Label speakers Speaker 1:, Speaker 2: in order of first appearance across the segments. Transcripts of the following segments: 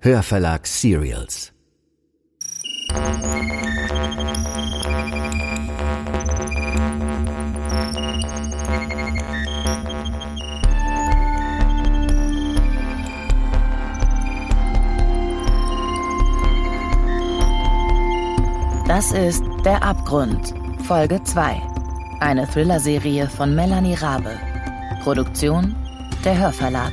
Speaker 1: Hörverlag Serials.
Speaker 2: Das ist Der Abgrund, Folge 2. Eine Thriller-Serie von Melanie Rabe. Produktion der Hörverlag.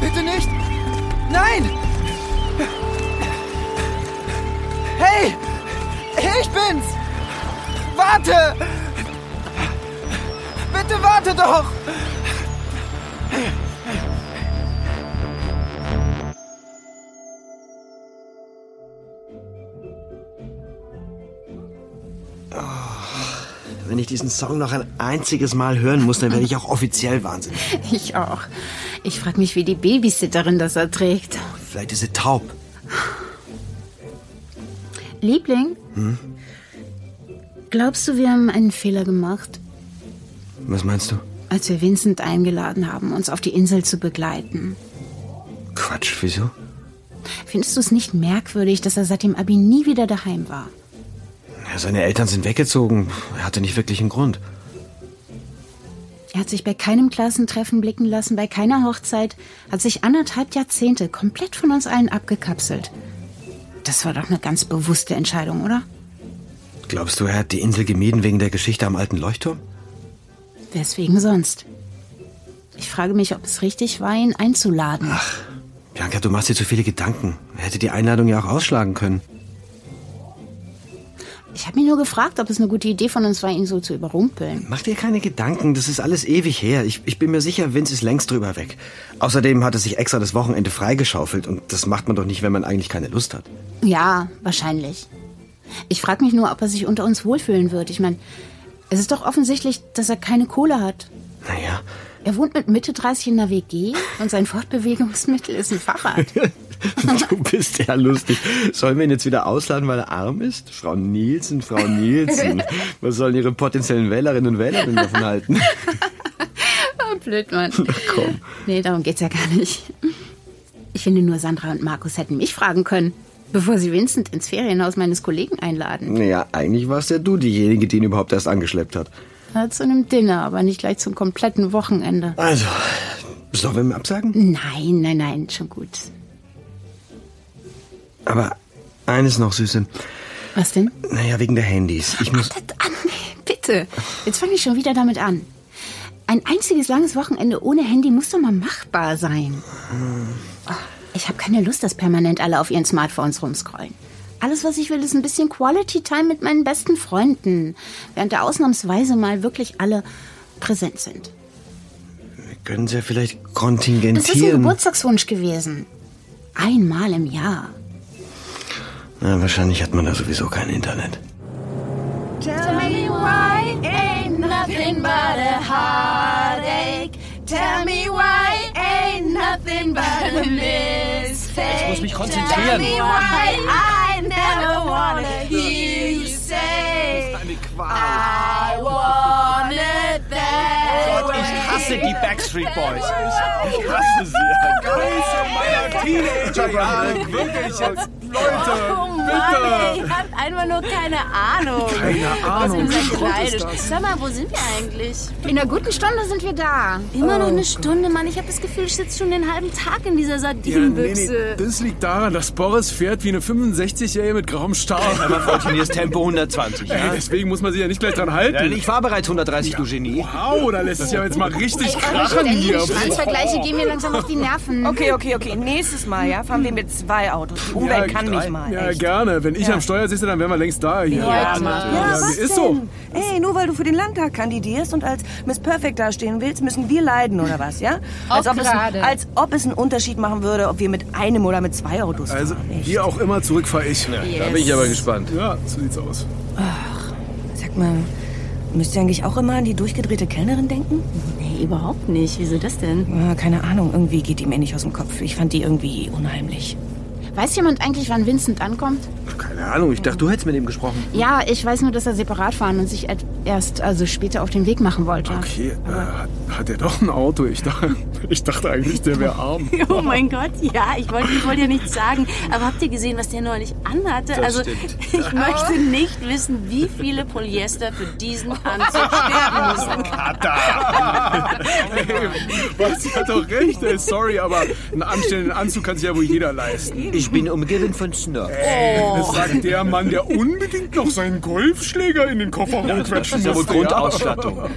Speaker 3: Bitte nicht! Nein! Hey! Ich bin's! Warte! Bitte warte doch!
Speaker 4: Oh, Wenn ich diesen Song noch ein einziges Mal hören muss, dann werde ich auch offiziell wahnsinnig.
Speaker 5: Ich auch. Ich frage mich, wie die Babysitterin das erträgt.
Speaker 4: Vielleicht ist sie taub.
Speaker 5: Liebling? Glaubst du, wir haben einen Fehler gemacht,
Speaker 4: Was meinst du?
Speaker 5: als wir Vincent eingeladen haben, uns auf die Insel zu begleiten?
Speaker 4: Quatsch, wieso?
Speaker 5: Findest du es nicht merkwürdig, dass er seit dem Abi nie wieder daheim war?
Speaker 4: Ja, seine Eltern sind weggezogen. Er hatte nicht wirklich einen Grund.
Speaker 5: Er hat sich bei keinem Klassentreffen blicken lassen, bei keiner Hochzeit, hat sich anderthalb Jahrzehnte komplett von uns allen abgekapselt. Das war doch eine ganz bewusste Entscheidung, oder?
Speaker 4: Glaubst du, er hat die Insel gemieden wegen der Geschichte am alten Leuchtturm?
Speaker 5: Weswegen sonst? Ich frage mich, ob es richtig war, ihn einzuladen.
Speaker 4: Bianca, du machst dir zu viele Gedanken. Er hätte die Einladung ja auch ausschlagen können.
Speaker 5: Ich habe mich nur gefragt, ob es eine gute Idee von uns war, ihn so zu überrumpeln.
Speaker 4: Mach dir keine Gedanken, das ist alles ewig her. Ich, ich bin mir sicher, Vince ist längst drüber weg. Außerdem hat er sich extra das Wochenende freigeschaufelt und das macht man doch nicht, wenn man eigentlich keine Lust hat.
Speaker 5: Ja, wahrscheinlich. Ich frage mich nur, ob er sich unter uns wohlfühlen wird. Ich meine, es ist doch offensichtlich, dass er keine Kohle hat.
Speaker 4: Naja,
Speaker 5: Er wohnt mit Mitte 30 in einer WG und sein Fortbewegungsmittel ist ein Fahrrad.
Speaker 4: Du bist ja lustig. Sollen wir ihn jetzt wieder ausladen, weil er arm ist? Frau Nielsen, Frau Nielsen. Was sollen Ihre potenziellen Wählerinnen und Wähler denn davon halten?
Speaker 5: Oh, blöd, Mann. Komm. Nee, darum geht's ja gar nicht. Ich finde nur, Sandra und Markus hätten mich fragen können, bevor sie Vincent ins Ferienhaus meines Kollegen einladen.
Speaker 4: Naja, eigentlich warst ja du diejenige, die ihn überhaupt erst angeschleppt hat.
Speaker 5: Ja, Äh, zu einem Dinner, aber nicht gleich zum kompletten Wochenende.
Speaker 4: Also, sollen wir ihm absagen?
Speaker 5: Nein, nein, nein, schon gut.
Speaker 4: Aber eines noch, Süße.
Speaker 5: Was denn?
Speaker 4: Naja, wegen der Handys. Ich muss...
Speaker 5: Das an, bitte. Jetzt fange ich schon wieder damit an. Ein einziges langes Wochenende ohne Handy muss doch mal machbar sein. Oh, ich habe keine Lust, dass permanent alle auf ihren Smartphones rumscrollen. Alles, was ich will, ist ein bisschen Quality Time mit meinen besten Freunden, während da ausnahmsweise mal wirklich alle präsent sind.
Speaker 4: Wir können sie ja vielleicht
Speaker 5: Das ist ein
Speaker 4: kontingentieren.
Speaker 5: Geburtstagswunsch gewesen. Einmal im Jahr.
Speaker 4: Na, wahrscheinlich hat man da sowieso kein Internet.
Speaker 6: muss mich konzentrieren. Oh Gott, ich hasse die Backstreet Boys. Ich hasse sie. Geil, Teenager-Jahren. Wirklich jetzt, Leute.
Speaker 7: Mann, ich hab einfach nur keine Ahnung.
Speaker 6: Keine Ahnung.
Speaker 7: Ich bin neidisch. Sag mal, wo sind wir eigentlich?
Speaker 5: In einer guten Stunde sind wir da.
Speaker 7: Immer
Speaker 6: Oh
Speaker 7: noch eine Stunde, Mann. Ich habe das Gefühl, ich sitze schon den halben Tag in dieser Sardinenbüchse.
Speaker 6: Das liegt daran, dass Boris fährt wie eine 65-Jährige mit grauem Star.
Speaker 8: Man wollte mir das Tempo 120.
Speaker 6: Ey, deswegen muss man sich ja nicht gleich dran halten.
Speaker 8: Ich war bereits 130, du Genie.
Speaker 6: Au, da lässt sich ja jetzt mal richtig
Speaker 5: Eure
Speaker 6: krachen
Speaker 5: ständigen
Speaker 6: hier.
Speaker 5: Schwanzvergleiche gehen mir langsam auf die Nerven.
Speaker 7: Okay, okay, okay. Nächstes
Speaker 9: nächstes Mal, ja, fahren wir mit zwei Autos. Die Umwelt kann mich mal.
Speaker 6: Ja,
Speaker 9: echt.
Speaker 6: gerne. Wenn ich am Steuer sitze, dann wären wir längst da. Hier.
Speaker 9: Ja,
Speaker 6: Ja,
Speaker 9: was
Speaker 6: ist
Speaker 9: denn?
Speaker 6: so.
Speaker 9: Ey, nur weil du für den Landtag kandidierst und als Miss Perfect dastehen willst, müssen wir leiden, oder was, ja? Als ob, es,
Speaker 10: gerade.
Speaker 9: als ob es einen Unterschied machen würde, ob wir mit einem oder mit zwei Autos
Speaker 6: Also,
Speaker 9: fahren. Echt.
Speaker 6: wie auch immer, zurück fahre ich.
Speaker 8: Da bin ich aber gespannt.
Speaker 6: Ja, so sieht's aus.
Speaker 9: Sag mal, müsst ihr eigentlich auch immer an die durchgedrehte Kellnerin denken?
Speaker 7: Nee, überhaupt nicht. Wieso das denn?
Speaker 9: Ah, keine Ahnung, irgendwie geht die mir nicht aus dem Kopf. Ich fand die irgendwie unheimlich.
Speaker 5: Weiß jemand eigentlich, wann Vincent ankommt?
Speaker 8: Keine Ahnung, ich dachte, du hättest mit ihm gesprochen.
Speaker 5: Ja, ich weiß nur, dass er separat fahren und sich et- erst also später auf den Weg machen wollte.
Speaker 6: Okay, äh, hat, hat er doch ein Auto? Ich dachte, ich dachte eigentlich, der wäre arm.
Speaker 7: Oh mein Gott, ja, ich wollte ich wollte ja nichts sagen. Aber habt ihr gesehen, was der neulich anhatte?
Speaker 8: Das
Speaker 7: also,
Speaker 8: stimmt.
Speaker 7: ich möchte nicht wissen, wie viele Polyester für diesen Anzug sterben mussten.
Speaker 6: Was? Sie hat doch recht. Ey, sorry, aber einen anständigen Anzug kann sich ja wohl jeder leisten.
Speaker 8: Ich bin umgeben von Snurf. Oh.
Speaker 6: Das sagt der Mann, der unbedingt noch seinen Golfschläger in den Kofferraum quetschen
Speaker 8: Das ist ja wohl
Speaker 6: musste,
Speaker 8: Grundausstattung.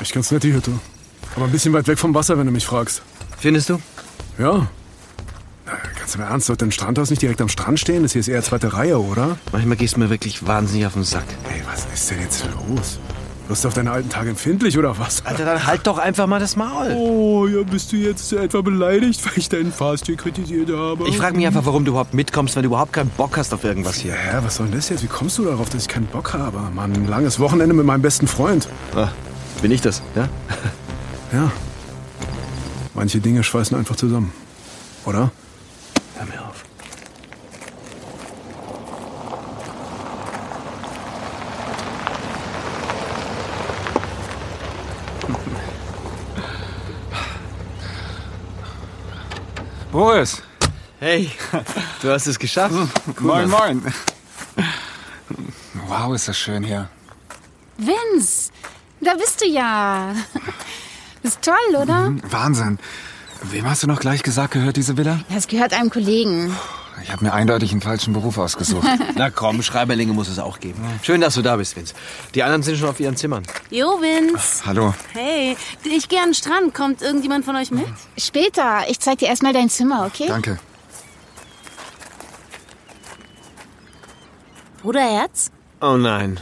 Speaker 6: Echt ganz nett, die Hütte. Aber ein bisschen weit weg vom Wasser, wenn du mich fragst.
Speaker 8: Findest du?
Speaker 6: Ja. Na, Ganz im Ernst, sollte ein Strandhaus nicht direkt am Strand stehen? Das hier ist eher zweite Reihe, oder?
Speaker 8: Manchmal gehst du mir wirklich wahnsinnig auf den Sack.
Speaker 6: Ey, was ist denn jetzt los? Wirst du auf deine alten Tage empfindlich, oder was?
Speaker 8: Alter, dann halt doch einfach mal das Maul.
Speaker 6: Oh, ja, bist du jetzt etwa beleidigt, weil ich deinen Fahrstil kritisiert habe?
Speaker 8: Ich frage mich einfach, warum du überhaupt mitkommst, wenn du überhaupt keinen Bock hast auf irgendwas hier.
Speaker 6: Hä, was soll denn das jetzt? Wie kommst du darauf, dass ich keinen Bock habe? Mann, ein langes Wochenende mit meinem besten Freund.
Speaker 4: Ah, bin ich das, ja?
Speaker 6: Ja. Manche Dinge schweißen einfach zusammen. Oder?
Speaker 8: Hör mir auf.
Speaker 11: Boris,
Speaker 8: Hey, du hast es geschafft.
Speaker 11: moin, moin. Wow, ist das schön hier.
Speaker 5: Vince, da bist du ja. Ist toll, oder?
Speaker 11: Wahnsinn. Wem hast du noch gleich gesagt, gehört diese Villa?
Speaker 5: Das gehört einem Kollegen.
Speaker 11: Ich habe mir eindeutig einen falschen Beruf ausgesucht.
Speaker 8: Na komm, Schreiberlinge muss es auch geben. Schön, dass du da bist, Vince. Die anderen sind schon auf ihren Zimmern.
Speaker 7: Jo, Vince.
Speaker 11: Hallo.
Speaker 7: Hey, ich gehe an den Strand. Kommt irgendjemand von euch mit?
Speaker 5: Später, ich zeig dir erstmal dein Zimmer, okay?
Speaker 11: Danke.
Speaker 7: Bruderherz?
Speaker 8: Oh nein.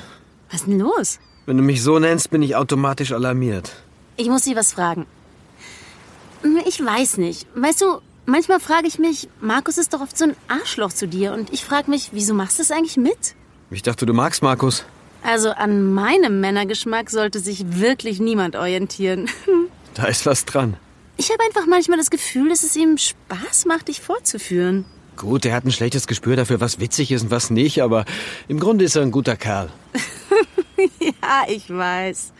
Speaker 7: Was ist denn los?
Speaker 8: Wenn du mich so nennst, bin ich automatisch alarmiert.
Speaker 7: Ich muss Sie was fragen. Ich weiß nicht. Weißt du, manchmal frage ich mich, Markus ist doch oft so ein Arschloch zu dir. Und ich frage mich, wieso machst du das eigentlich mit?
Speaker 8: Ich dachte, du magst Markus.
Speaker 7: Also an meinem Männergeschmack sollte sich wirklich niemand orientieren.
Speaker 8: Da ist was dran.
Speaker 7: Ich habe einfach manchmal das Gefühl, dass es ihm Spaß macht, dich vorzuführen.
Speaker 8: Gut, er hat ein schlechtes Gespür dafür, was witzig ist und was nicht, aber im Grunde ist er ein guter Kerl.
Speaker 7: Ja, Ah, ich weiß.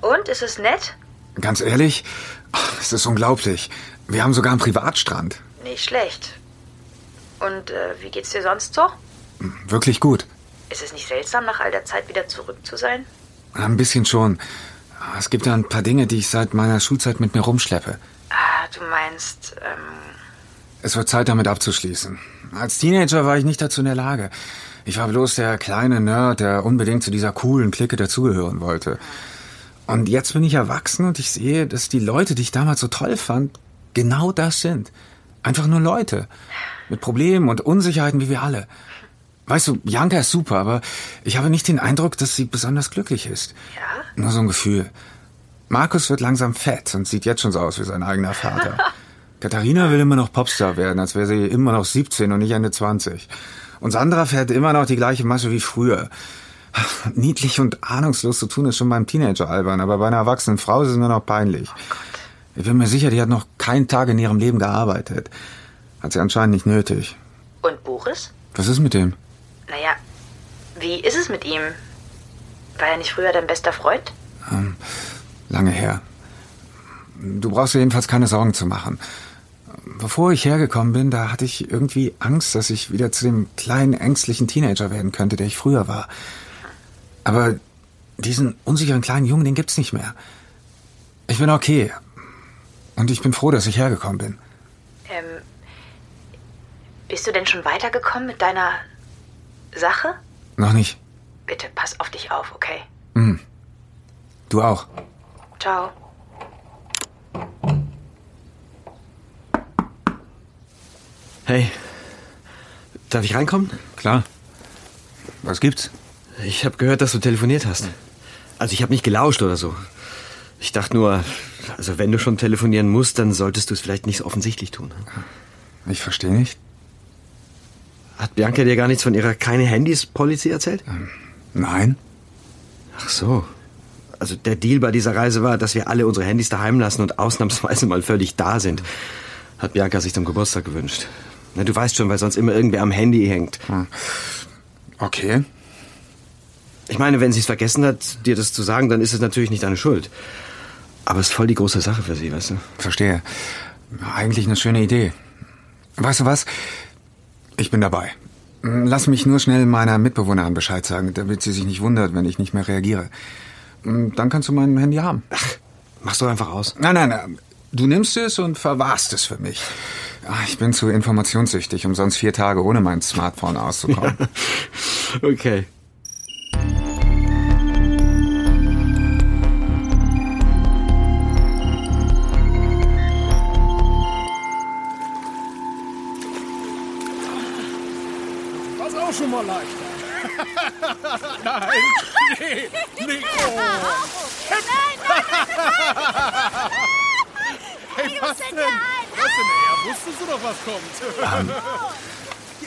Speaker 10: Und, ist es nett?
Speaker 11: Ganz ehrlich, ach, es ist unglaublich. Wir haben sogar einen Privatstrand.
Speaker 10: Nicht schlecht. Und äh, wie geht's dir sonst so?
Speaker 11: Wirklich gut.
Speaker 10: Ist es nicht seltsam, nach all der Zeit wieder zurück zu sein?
Speaker 11: Ein bisschen schon. Es gibt da ein paar Dinge, die ich seit meiner Schulzeit mit mir rumschleppe.
Speaker 10: Ah, du meinst, ähm,
Speaker 11: Es wird Zeit, damit abzuschließen. Als Teenager war ich nicht dazu in der Lage. Ich war bloß der kleine Nerd, der unbedingt zu dieser coolen Clique dazugehören wollte. Und jetzt bin ich erwachsen und ich sehe, dass die Leute, die ich damals so toll fand, genau das sind. Einfach nur Leute. Mit Problemen und Unsicherheiten wie wir alle. Weißt du, Bianca ist super, aber ich habe nicht den Eindruck, dass sie besonders glücklich ist. Ja? Nur so ein Gefühl. Markus wird langsam fett und sieht jetzt schon so aus wie sein eigener Vater. Katharina will immer noch Popstar werden, als wäre sie immer noch 17 und nicht Ende 20. Und Sandra fährt immer noch die gleiche Masche wie früher. Niedlich und ahnungslos zu tun ist schon beim Teenager albern, aber bei einer erwachsenen Frau ist es nur noch peinlich.
Speaker 10: Oh
Speaker 11: Ich bin mir sicher, die hat noch keinen Tag in ihrem Leben gearbeitet. Hat sie anscheinend nicht nötig.
Speaker 10: und Boris?
Speaker 11: Was ist mit dem?
Speaker 10: Naja, wie ist es mit ihm? War er nicht früher dein bester Freund?
Speaker 11: Ähm, lange her. Du brauchst dir jedenfalls keine Sorgen zu machen. Bevor ich hergekommen bin, da hatte ich irgendwie Angst, dass ich wieder zu dem kleinen, ängstlichen Teenager werden könnte, der ich früher war. Aber diesen unsicheren kleinen Jungen, den gibt's nicht mehr. Ich bin okay. Und ich bin froh, dass ich hergekommen bin.
Speaker 10: Ähm, bist du denn schon weitergekommen mit deiner Sache?
Speaker 11: Noch nicht.
Speaker 10: Bitte pass auf dich auf, okay?
Speaker 11: Hm. Du auch.
Speaker 10: Ciao.
Speaker 8: Hey, darf ich reinkommen?
Speaker 11: Klar. Was gibt's?
Speaker 8: Ich habe gehört, dass du telefoniert hast. Also ich habe nicht gelauscht oder so. Ich dachte nur, also wenn du schon telefonieren musst, dann solltest du es vielleicht nicht so offensichtlich tun. ne?
Speaker 11: Ich verstehe nicht.
Speaker 8: Hat Bianca dir gar nichts von ihrer keine Handys Policy erzählt?
Speaker 11: Nein.
Speaker 8: Ach so. Also der Deal bei dieser Reise war, dass wir alle unsere Handys daheim lassen und ausnahmsweise mal völlig da sind. Hat Bianca sich zum Geburtstag gewünscht. Na, du weißt schon, weil sonst immer irgendwer am Handy hängt.
Speaker 11: Okay.
Speaker 8: Ich meine, wenn sie es vergessen hat, dir das zu sagen, dann ist es natürlich nicht deine Schuld. Aber es ist voll die große Sache für sie, weißt du?
Speaker 11: Verstehe. Eigentlich eine schöne Idee. Weißt du was? Ich bin dabei. Lass mich nur schnell meiner Mitbewohnerin Bescheid sagen, damit sie sich nicht wundert, wenn ich nicht mehr reagiere. Dann kannst du mein Handy haben.
Speaker 8: Ach, machst du einfach aus.
Speaker 11: Nein, nein, nein. Du nimmst es und verwahrst es für mich. Ach, Ich bin zu informationssüchtig, um sonst vier Tage ohne mein Smartphone auszukommen.
Speaker 8: Okay.
Speaker 6: Was auch schon mal leichter. Nein, nee, nee. Oh. Hey, was denn? Was denn? Ja, wusstest du doch, was kommt?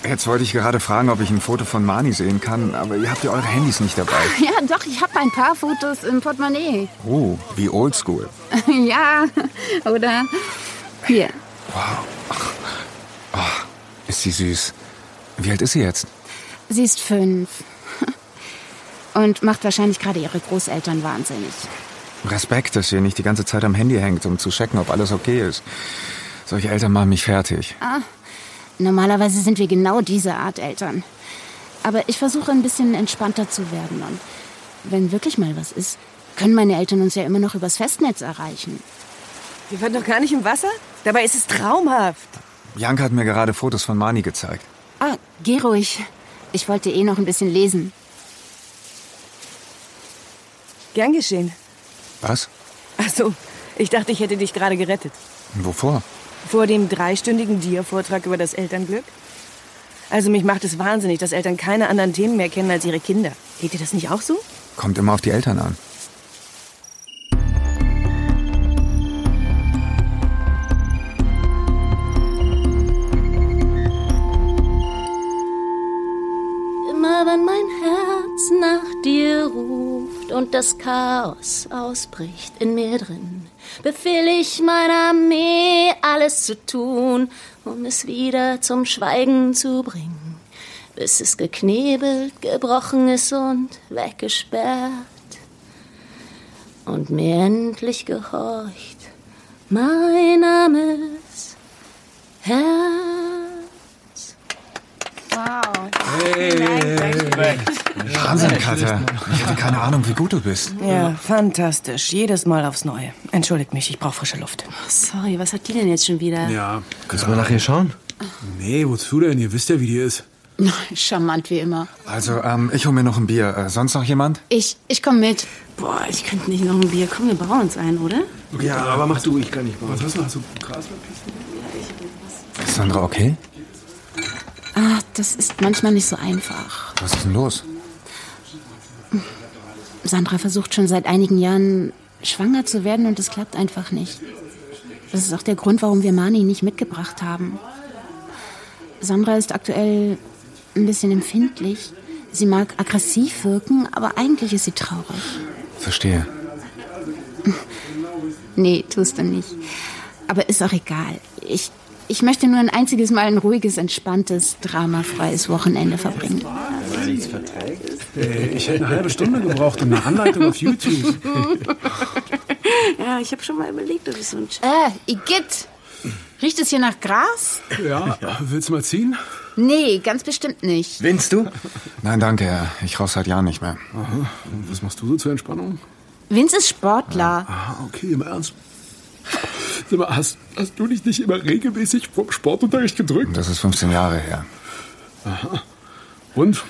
Speaker 11: Jetzt wollte ich gerade fragen, ob ich ein Foto von Mani sehen kann, aber ihr habt ja eure Handys nicht dabei.
Speaker 5: Ja, doch, ich habe ein paar Fotos im Portemonnaie.
Speaker 11: Oh, wie oldschool.
Speaker 5: ja, oder hier.
Speaker 11: Wow. Oh, ist sie süß. Wie alt ist sie jetzt?
Speaker 5: Sie ist fünf. Und macht wahrscheinlich gerade ihre Großeltern wahnsinnig.
Speaker 11: Respekt, dass ihr nicht die ganze Zeit am Handy hängt, um zu checken, ob alles okay ist. Solche Eltern machen mich fertig.
Speaker 5: Ah, normalerweise sind wir genau diese Art Eltern. Aber ich versuche ein bisschen entspannter zu werden. Und wenn wirklich mal was ist, können meine Eltern uns ja immer noch übers Festnetz erreichen.
Speaker 9: Wir waren doch gar nicht im Wasser? Dabei ist es traumhaft.
Speaker 11: Bianca hat mir gerade Fotos von Mani gezeigt.
Speaker 5: Ah, geh ruhig. Ich wollte eh noch ein bisschen lesen.
Speaker 9: Gern geschehen.
Speaker 11: Was?
Speaker 9: Ach so, ich dachte, ich hätte dich gerade gerettet.
Speaker 11: Wovor?
Speaker 9: Vor dem dreistündigen Dia-Vortrag über das Elternglück. Also mich macht es wahnsinnig, dass Eltern keine anderen Themen mehr kennen als ihre Kinder. Geht dir das nicht auch so?
Speaker 11: Kommt immer auf die Eltern an.
Speaker 7: Immer wenn mein Herz nach dir ruft und das Chaos ausbricht in mir drin, befehl ich meiner Armee alles zu tun, um es wieder zum Schweigen zu bringen, bis es geknebelt, gebrochen ist und weggesperrt und mir endlich gehorcht. Mein Name ist Herr.
Speaker 5: Wow.
Speaker 11: Hey. Wahnsinn, Katja. Ich hatte keine Ahnung, wie gut du bist.
Speaker 9: Ja, fantastisch. Jedes Mal aufs Neue. Entschuldigt mich, ich brauche frische Luft.
Speaker 7: Sorry, was hat die denn jetzt schon wieder?
Speaker 6: Ja.
Speaker 8: Kannst du mal nachher schauen?
Speaker 6: Nee, wozu denn? Ihr wisst ja, wie die ist.
Speaker 5: Charmant wie immer.
Speaker 11: Also, ähm, ich hole mir noch ein Bier. Äh, sonst noch jemand?
Speaker 5: Ich, ich komme mit.
Speaker 7: Boah, ich könnte nicht noch ein Bier. Komm, wir brauchen uns ein, oder?
Speaker 8: Ja, aber mach du, ich kann nicht machen.
Speaker 6: Was hast du? Hast du Graslerpisten?
Speaker 11: Ist Sandra okay?
Speaker 5: Ah, das ist manchmal nicht so einfach.
Speaker 11: Was ist denn los?
Speaker 5: Sandra versucht schon seit einigen Jahren, schwanger zu werden und es klappt einfach nicht. Das ist auch der Grund, warum wir Mani nicht mitgebracht haben. Sandra ist aktuell ein bisschen empfindlich. Sie mag aggressiv wirken, aber eigentlich ist sie traurig.
Speaker 11: Verstehe.
Speaker 5: Nee, tust du nicht. Aber ist auch egal. Ich Ich möchte nur ein einziges Mal ein ruhiges, entspanntes, dramafreies Wochenende verbringen.
Speaker 6: Äh, Ich hätte eine halbe Stunde gebraucht und eine Anleitung auf YouTube.
Speaker 12: Ja, ich habe schon mal überlegt, ob ich so ein...
Speaker 5: Äh, Igitt! Riecht es hier nach Gras?
Speaker 6: Ja, willst du mal ziehen?
Speaker 5: Nee, ganz bestimmt nicht.
Speaker 11: Winst du? Nein, danke. Herr. Ich rauche seit Jahren nicht mehr.
Speaker 6: Aha. Und was machst du so zur Entspannung?
Speaker 5: Vince ist Sportler.
Speaker 6: Ah, okay, im Ernst. Sag mal, hast, hast du dich nicht immer regelmäßig vom Sportunterricht gedrückt?
Speaker 11: Das ist 15 Jahre her.
Speaker 6: Aha. Und?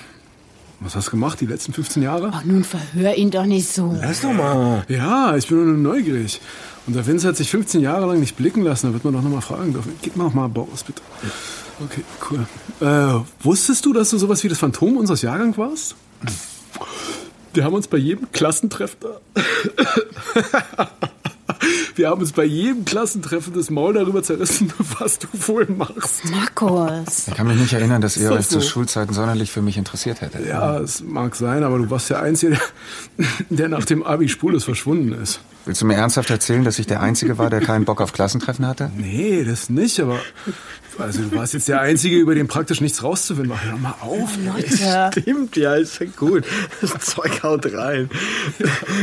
Speaker 6: Was hast du gemacht die letzten 15 Jahre?
Speaker 5: Ach, Oh, nun verhör ihn doch nicht so.
Speaker 6: Lass doch mal. Ja, ich bin nur neugierig. Und der Vince hat sich 15 Jahre lang nicht blicken lassen. Da wird man doch noch mal fragen dürfen. Gib mir noch mal Boris, bitte. Okay, cool. Äh, wusstest du, dass du sowas wie das Phantom unseres Jahrgangs warst? Wir haben uns bei jedem Klassentreffen... Wir haben uns bei jedem Klassentreffen das Maul darüber zerrissen, was du wohl machst.
Speaker 5: Markus.
Speaker 11: Ich kann mich nicht erinnern, dass ihr
Speaker 6: So,
Speaker 11: euch zu
Speaker 6: so.
Speaker 11: Schulzeiten sonderlich für mich interessiert hättet.
Speaker 6: Ja, es mag sein, aber du warst der Einzige, der- der nach dem Abi spurlos verschwunden ist.
Speaker 11: Willst du mir ernsthaft erzählen, dass ich der Einzige war, der keinen Bock auf Klassentreffen hatte?
Speaker 6: Nee, das nicht, aber also du warst jetzt der Einzige, über den praktisch nichts rauszufinden war. Hör mal auf.
Speaker 4: Stimmt, ja, ist ja gut. Das Zeug haut rein.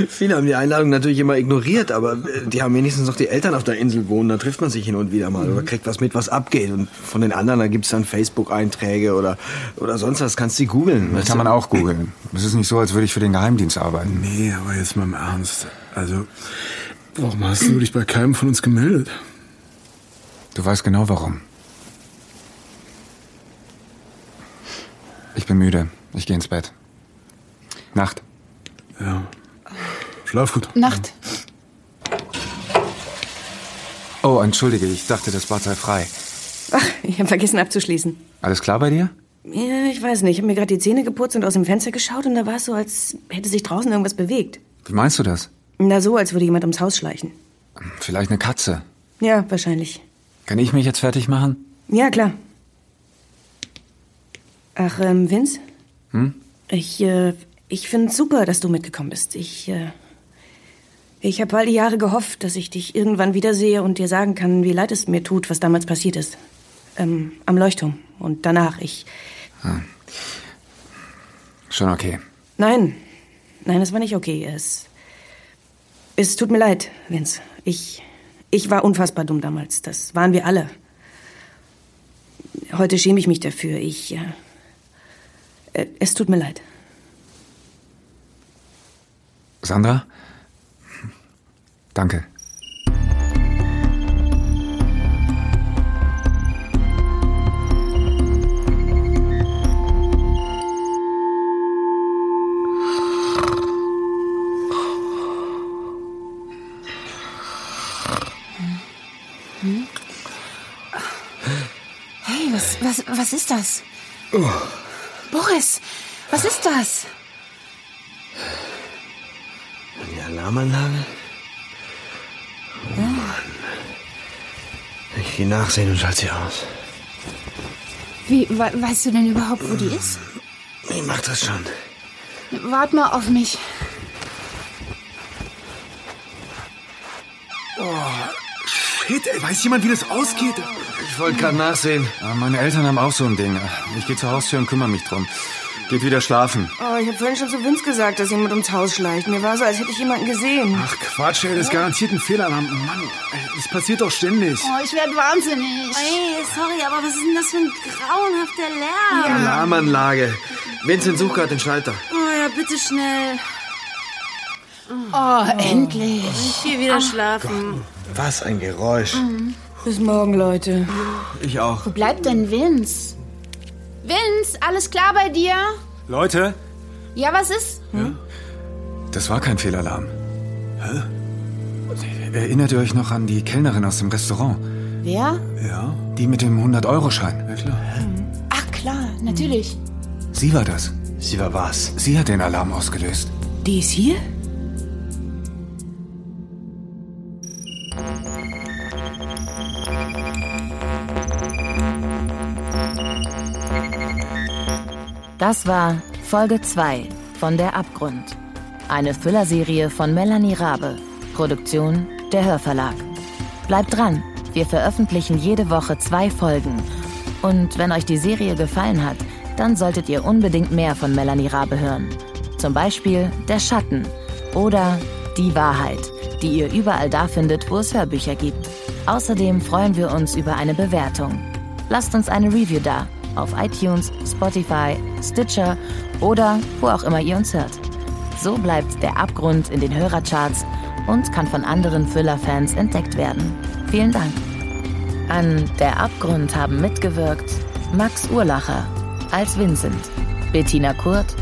Speaker 4: Viele haben die Einladung natürlich immer ignoriert, aber äh, die haben wenigstens noch die Eltern auf der Insel wohnen. Da trifft man sich hin und wieder mal oder kriegt was mit, was abgeht. Und von den anderen, da gibt es dann Facebook-Einträge oder, oder sonst was. Kannst du die googeln.
Speaker 11: Das
Speaker 4: weißt
Speaker 11: kann man
Speaker 4: du?
Speaker 11: auch googeln. Es ist nicht so, als würde ich für den Geheimdienst arbeiten.
Speaker 6: Nee, aber jetzt mal im Ernst. Also, warum hast du dich bei keinem von uns gemeldet?
Speaker 11: Du weißt genau warum. Ich bin müde. Ich gehe ins Bett. Nacht.
Speaker 6: Ja. Schlaf gut.
Speaker 5: Nacht.
Speaker 11: Oh, entschuldige, ich dachte, das Bad sei frei.
Speaker 9: Ach, ich habe vergessen abzuschließen.
Speaker 11: Alles klar bei dir?
Speaker 9: Ja, ich weiß nicht. Ich habe mir gerade die Zähne geputzt und aus dem Fenster geschaut und da war es so, als hätte sich draußen irgendwas bewegt.
Speaker 11: Wie meinst du das?
Speaker 9: Na, so, als würde jemand ums Haus schleichen.
Speaker 11: Vielleicht eine Katze.
Speaker 9: Ja, wahrscheinlich.
Speaker 11: Kann ich mich jetzt fertig machen?
Speaker 9: Ja, klar. Ach, ähm, Vince?
Speaker 11: Hm?
Speaker 9: Ich, äh, ich finde super, dass du mitgekommen bist. Ich, äh, ich habe all die Jahre gehofft, dass ich dich irgendwann wiedersehe und dir sagen kann, wie leid es mir tut, was damals passiert ist. Ähm, am Leuchtturm. Und danach, ich.
Speaker 11: Schon okay.
Speaker 9: Nein. Nein, es war nicht okay. Es. Es tut mir leid, Vince. Ich. Ich war unfassbar dumm damals. Das waren wir alle. Heute schäme ich mich dafür. Ich. Äh, äh, es tut mir leid.
Speaker 11: Sandra? Danke.
Speaker 5: Hey, was, was, was ist das?
Speaker 4: Oh.
Speaker 5: Boris, was ist das?
Speaker 4: Die Alarmanlage? Oh Mann. Ich gehe nachsehen und schalte sie aus.
Speaker 5: Wie, we weißt du denn überhaupt, wo die ist?
Speaker 4: Ich mach das schon.
Speaker 5: Wart mal auf mich.
Speaker 6: Shit, ey, weiß jemand, wie das ausgeht?
Speaker 11: Ich wollte gerade nachsehen. Meine Eltern haben auch so ein Ding. Ich gehe zur Haustür und kümmere mich drum. Geht wieder schlafen.
Speaker 9: Oh, ich habe vorhin schon zu Vince gesagt, dass jemand ums Haus schleicht. Mir war so, als hätte ich jemanden gesehen.
Speaker 6: Ach, Quatsch, ey, das ist garantiert ein Fehlalarm. Mann, ey, das passiert doch ständig.
Speaker 5: Oh, ich werde wahnsinnig.
Speaker 12: Ey, sorry, aber was ist denn das für ein grauenhafter Lärm?
Speaker 4: Alarmanlage. Vincent sucht gerade den Schalter.
Speaker 12: Oh ja, bitte schnell.
Speaker 5: Oh, endlich.
Speaker 12: Ich will wieder schlafen.
Speaker 4: Was ein Geräusch.
Speaker 9: Bis morgen, Leute.
Speaker 4: Ich auch.
Speaker 5: Wo bleibt denn Vince? Vince, alles klar bei dir?
Speaker 11: Leute?
Speaker 5: Ja, was ist?
Speaker 11: Das war kein Fehlalarm. Hä? Erinnert ihr euch noch an die Kellnerin aus dem Restaurant?
Speaker 5: Wer?
Speaker 11: Ja. Die mit dem 100-Euro-Schein?
Speaker 6: Ja, klar.
Speaker 5: Ach klar, Ah, natürlich.
Speaker 11: Sie war das. Sie war was? Sie hat den Alarm ausgelöst.
Speaker 9: Die ist hier?
Speaker 2: Das war Folge 2 von Der Abgrund. Eine Thriller-Serie von Melanie Rabe. Produktion der Hörverlag. Bleibt dran Wir veröffentlichen jede Woche zwei Folgen. Und wenn euch die Serie gefallen hat, dann solltet ihr unbedingt mehr von Melanie Rabe hören. Zum Beispiel Der Schatten oder Die Wahrheit, die ihr überall da findet, wo es Hörbücher gibt. Außerdem freuen wir uns über eine Bewertung. Lasst uns eine Review da auf iTunes, Spotify, Stitcher oder wo auch immer ihr uns hört. So bleibt der Abgrund in den Hörercharts und kann von anderen Thriller-Fans entdeckt werden. Vielen Dank. An Der Abgrund haben mitgewirkt Max Urlacher als Vincent, Bettina Kurt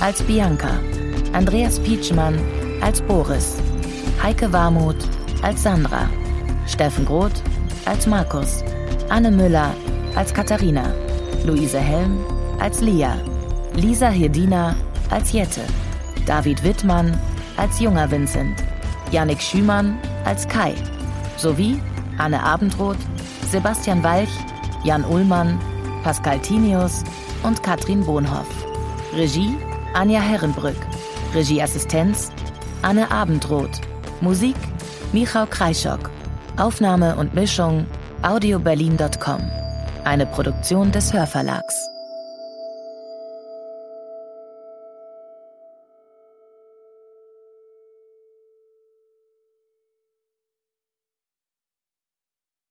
Speaker 2: als Bianca, Andreas Pietschmann als Boris, Heike Warmuth als Sandra, Steffen Groth als Markus, Anne Müller als Katharina, Luise Helm als Lia, Lisa Hirdina als Jette, David Wittmann als junger Vincent, Yannick Schümann als Kai, sowie Anne Abendroth, Sebastian Walch, Jan Ullmann, Pascal Tinius und Katrin Bohnhoff. Regie Anja Herrenbrück. Regieassistenz Anne Abendroth. Musik Michał Kreischock. Aufnahme und Mischung audioberlin.com. Eine Produktion des Hörverlags.